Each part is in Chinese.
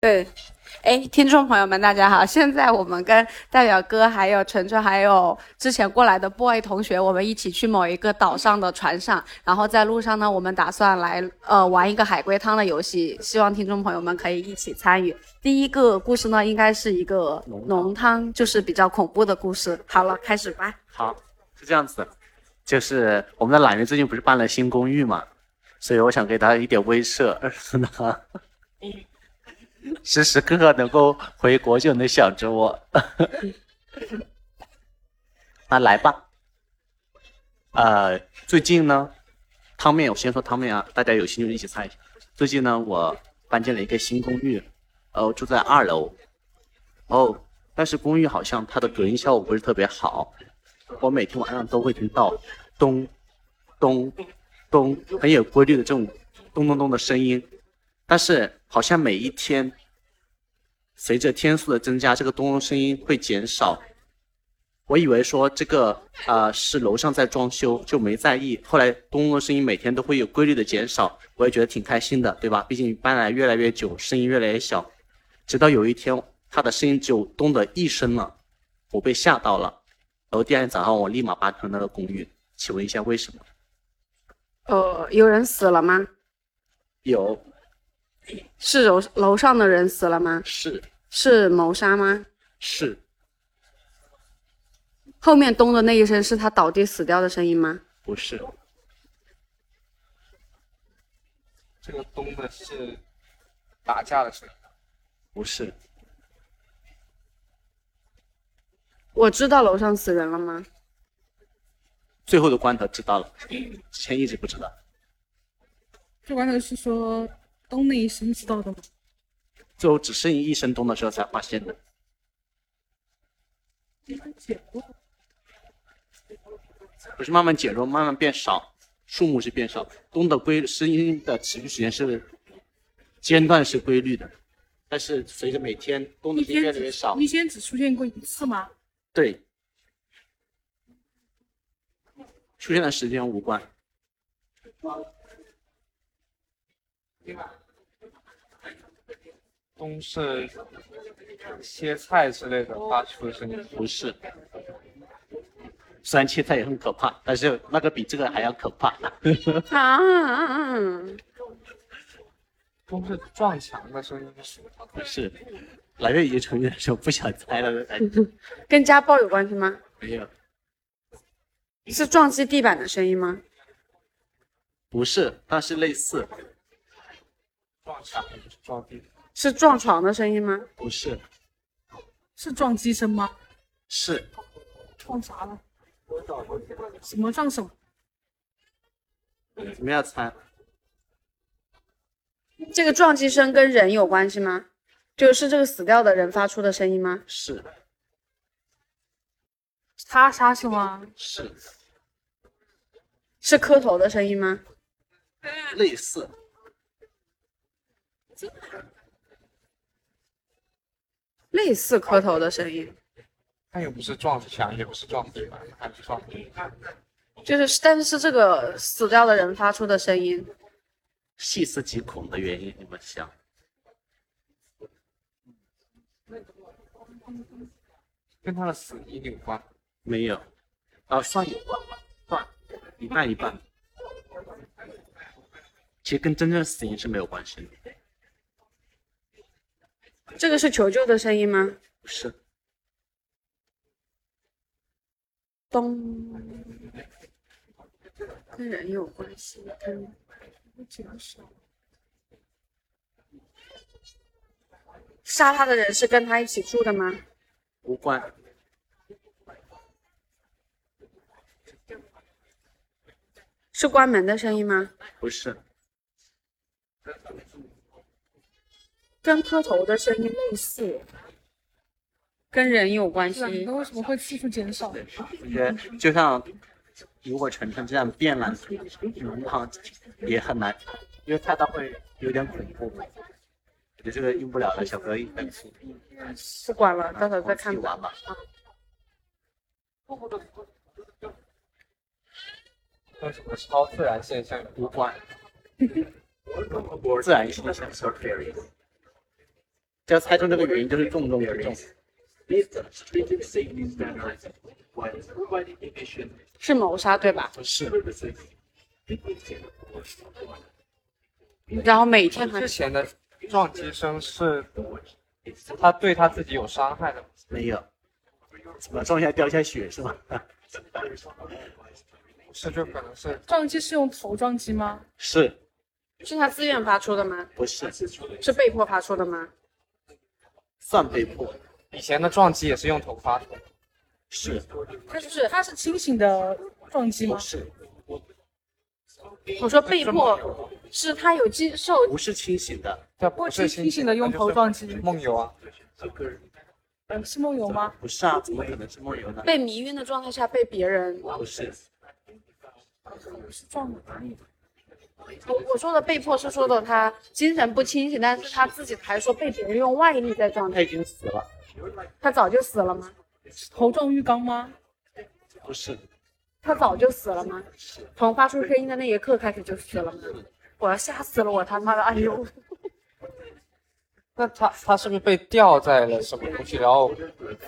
对，哎，听众朋友们，大家好！现在我们跟代表哥、还有晨晨、还有之前过来的 boy 同学，我们一起去某一个岛上的船上，然后在路上呢，我们打算来呃玩一个海龟汤的游戏，希望听众朋友们可以一起参与。第一个故事呢，应该是一个浓汤浓汤，就是比较恐怖的故事。好了，开始吧。好，是这样子的，就是我们的懒鱼最近不是搬了新公寓嘛，所以我想给他一点威慑， 让他时时刻刻能够回国就能想着我。那来吧，呃，最近呢，汤面我先说汤面啊，大家有兴趣一起猜一下。最近呢，我搬进了一个新公寓，呃，我住在二楼，哦，但是公寓好像它的隔音效果不是特别好，我每天晚上都会听到咚咚咚很有规律的这种咚咚咚的声音，但是好像每一天随着天数的增加，这个咚咚声音会减少。我以为说这个呃是楼上在装修，就没在意。后来咚咚的声音每天都会有规律的减少，我也觉得挺开心的，对吧？毕竟搬来越来越久，声音越来越小。直到有一天，它的声音只有咚的一声了，我被吓到了。然后第二天早上，我立马搬出那个公寓。请问一下，为什么？呃，有人死了吗？有是楼楼上的人死了吗？是是谋杀吗？是后面咚的那一声是他倒地死掉的声音吗？不是？这个咚的是打架的声音，不是我知道楼上死人了吗？最后的关头知道了，之前一直不知道。这关头是说咚的一声知道的吗？最后只剩一声钟的时候才发现的。不是慢慢减弱，慢慢变少，数目是变少，咚的规声音的持续时间是间断是规律的，但是随着每天咚的一声音越天来只越少，一天只出现过一次吗？对，出现的时间无关。咚是切菜之类的发出的声音。不是，虽然切菜也很可怕，但是那个比这个还要可怕。 啊，咚是撞墙的声音。不是，来月已经承认说不想猜了，哎，跟家暴有关系吗？没有，是撞击地板的声音吗？不是，但是类似，撞墙就是撞地，是撞床的声音吗？不是，是撞击声吗？是撞啥了？什么撞什么？怎么样猜？这个撞击声跟人有关系吗？就是这个死掉的人发出的声音吗？是他杀啊是吗？是是磕头的声音吗？类似，类似磕头的声音，它又不是撞墙，也不是撞地板，还是撞地板。就是但是是这个死掉的人发出的声音，细思极恐的原因，你们想？跟他的死因有关。没有，啊，算有关吧，算一半一半。其实跟真正死因是没有关系的，这个是求救的声音吗？不是咚，跟人有关系，跟杀他的人是跟他一起住的吗？无关，是关门的声音吗？不是跟磕头的声音类似，跟人有关系。啊你们为什么会次数减少？也就像如果晨晨这样变懒，农行也很难，因为菜单会有点恐怖。我觉得这个用不了了，小哥一本书。不管了，到时候再看吧。啊完了。跟什么超自然现象有关？无关。自然现象。只要猜中这个语音 就是重中之重。 These are stringent safety standards while providing efficient 是谋杀对吧？ services. People can afford one. 然后每天还之前的撞击声是他对他自己有伤害的吗，没有，怎么撞一下掉一下血是吧？不是就可能是撞击是用头撞击吗？ 是是他自愿发出的吗？不是是被迫发出的吗？算被迫？以前的撞击也是用头发的，是他就是他是清醒的撞击吗不？是我说被迫是他有经受不是清醒的？这不是是清醒的用头撞击呃梦游啊，是梦游吗？不是啊，怎么可能是梦游呢？被迷晕的状态下被别人，不是是撞的。我我说的被迫是说的他精神不清醒，但是他自己还说被别人用外力在撞他他，已经死了，他早就死了吗？头撞浴缸吗？不是他早就死了吗？从发出声音的那一刻开始就死了吗？我要吓死了我他妈的！哎呦，那他他是不是被吊在了什么东西，然后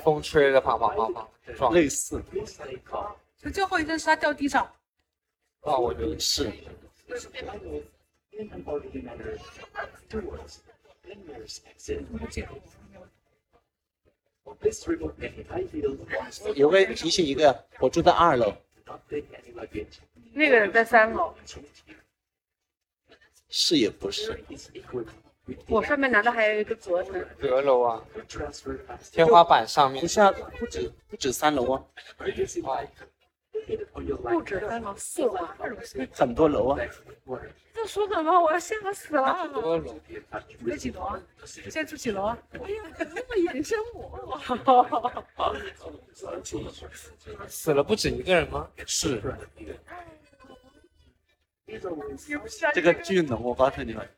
风吹的啪啪啪啪撞？类似所以最后一个是他掉地上，那我觉得是有位提醒一个，我住在二楼，那个人在三楼，是也不是，我上面难道还有一个隔层？阁楼啊，天花板上面不是啊，不止不止三楼啊，不止三楼，四楼。很多楼啊，这说什么？我要吓死了！阁楼，在几楼啊？现在住几楼啊？死了不止一个人吗？是。这个巨能，我告诉你们，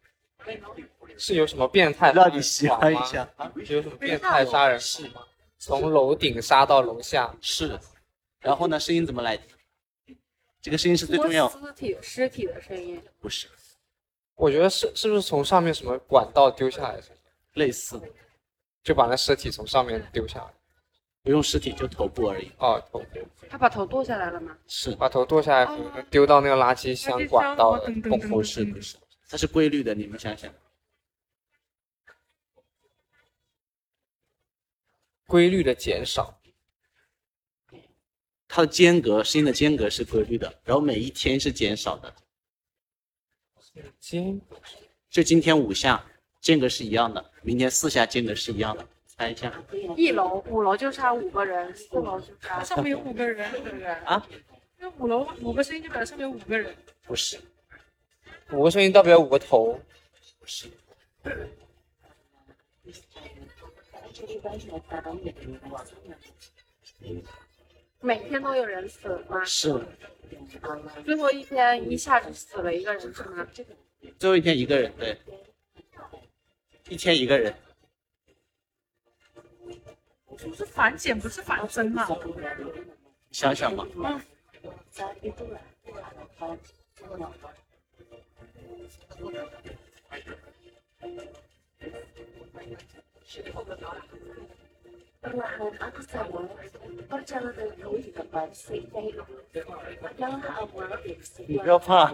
是有什么变态让你喜欢一下，有什么变态杀人事吗？从楼顶杀到楼下，是。然后呢，声音怎么来的？这个声音是最重要，尸体尸体的声音，不是我觉得是是不是从上面什么管道丢下来的，类似的，就把那尸体从上面丢下来？不用尸体就头部而已，哦，头他把头剁下来了吗？是把头剁下来，可能丢到那个垃圾箱管道的嗯洞不是不是，它是规律的，你们想想，规律的减少。它的间隔声音的间隔是规律的，然后每一天是减少的，今就今天五下间隔是一样的，明天四下间隔是一样的，猜一下一楼、五楼就差五个人，四楼就差上面有五个人。啊？那五楼五个声音就表示上面有五个人。不是五个声音代表五个头，不是，每天都有人死吗？是最后一天一下就死了一个人是吗？最后一天一个人对，一天一个人不是反减，不是反增啊。想想嘛，你不要怕，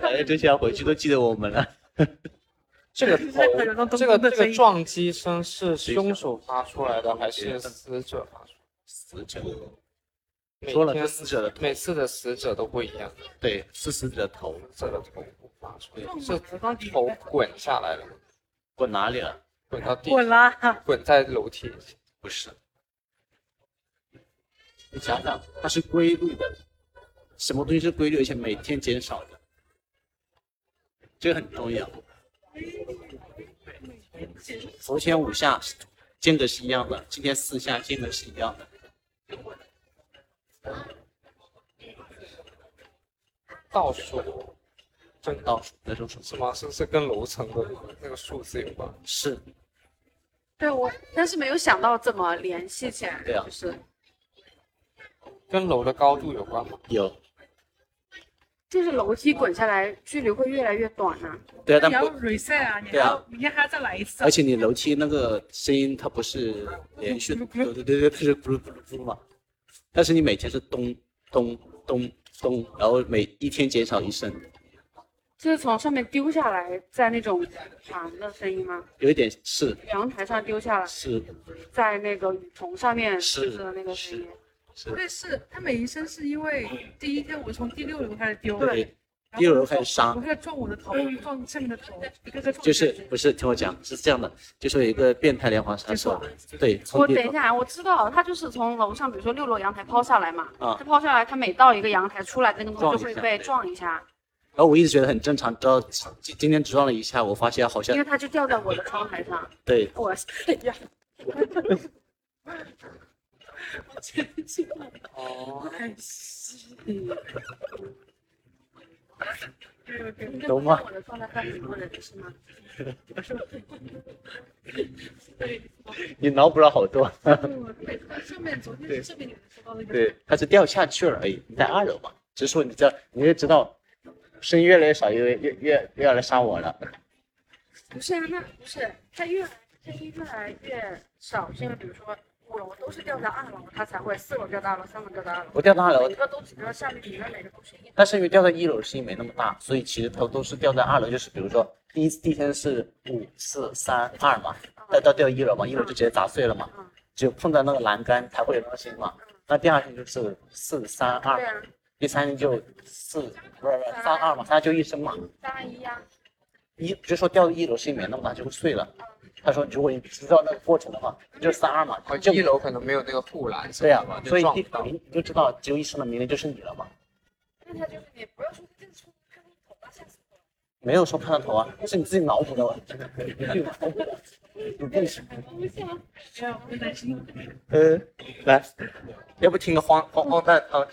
反正这下回去都记得我们了。 这个任何人都头，咚这个咚的这个声音撞击声是凶手发出来的，还是死者发出死者，来的？说了每是天死者的头，每次的死者都不一样，对，是死者的头，死者的头部发出来撞的，死是了撞死头了滚下来了吗，滚哪里了？滚到地，滚啦！滚在楼梯。不是，你想想，它是规律的，什么东西是规律，而且每天减少的，这个很重要。昨天五下间隔是一样的，今天四下间隔是一样的，倒数，真的倒数那时候是是吗？是不是跟楼层的那个数字有关？是对，我但是没有想到怎么联系起来，对啊就是跟楼的高度有关吗？有就是楼梯滚下来，距离会越来越短啊。对啊，那但你要不， reset 啊，你还对啊要明天还要再来一次啊而。且你楼梯那个声音它不是连 续的，对对对对，它是咕噜咕噜咕噜嘛。但是你每天是咚咚咚咚，然后每一天减少一声，就是从上面丢下来，在那种盘的声音吗？有一点是阳台上丢下来，是在那个雨棚上面是的那个声音。是，但是它每一声是因为第一天我从第六楼开始丢，对，然后第六楼开始杀我开始撞我的头，撞下面的头，一个个撞下去。就是不是听我讲，是这样的，就是有一个变态连环杀手，啊对，从我地等一下，我知道，它就是从楼上，比如说六楼阳台抛下来嘛，啊它抛下来，它每到一个阳台出来，那个东撞西一就会下被对撞一下，然后我一直觉得很正常，直到今今天只撞了一下，我发现好像因为它就掉在我的窗台上。对我，哎呀，哦，懂吗？我的窗台上很多人是吗？你脑补了好多。上面昨天是上面你们说到的一个，对，它是掉下去了而已，你在二楼嘛，只是说你这你就知道，声音越来越少，越越越越要来杀我了。不是啊，那不是，它越来声音越来越少，是因为比如说五楼都是掉在二楼，它才会四楼掉到二楼，三楼掉到二楼，我掉到二楼每，个都只掉下面，里面每个都是一楼。但是因为掉在一楼的声音没那么大，所以其实它都是掉在二楼，就是比如说第一第一天是五四三二嘛，再到掉一楼嘛，一楼就直接砸碎了嘛，就碰到那个栏杆才会有那个声音嘛。那第二天就是四三对二，啊，第三天就四不是不是三二嘛，三二就一声嘛。三二一呀，一就说掉一楼是一米那么大就会碎了。他说，如果你知道那个过程的话，你就三二嘛，哦你就一楼可能没有那个护栏，对呀、吧？所就以撞第不到。你就知道只有一生的明天就是你了嘛。那它就是你不要说这个窗户看到头了，吓死我了。没有说看到头啊，是你自己脑补的。 你自己没有，我担心。哦呃，来，要不听个荒荒荒诞汤？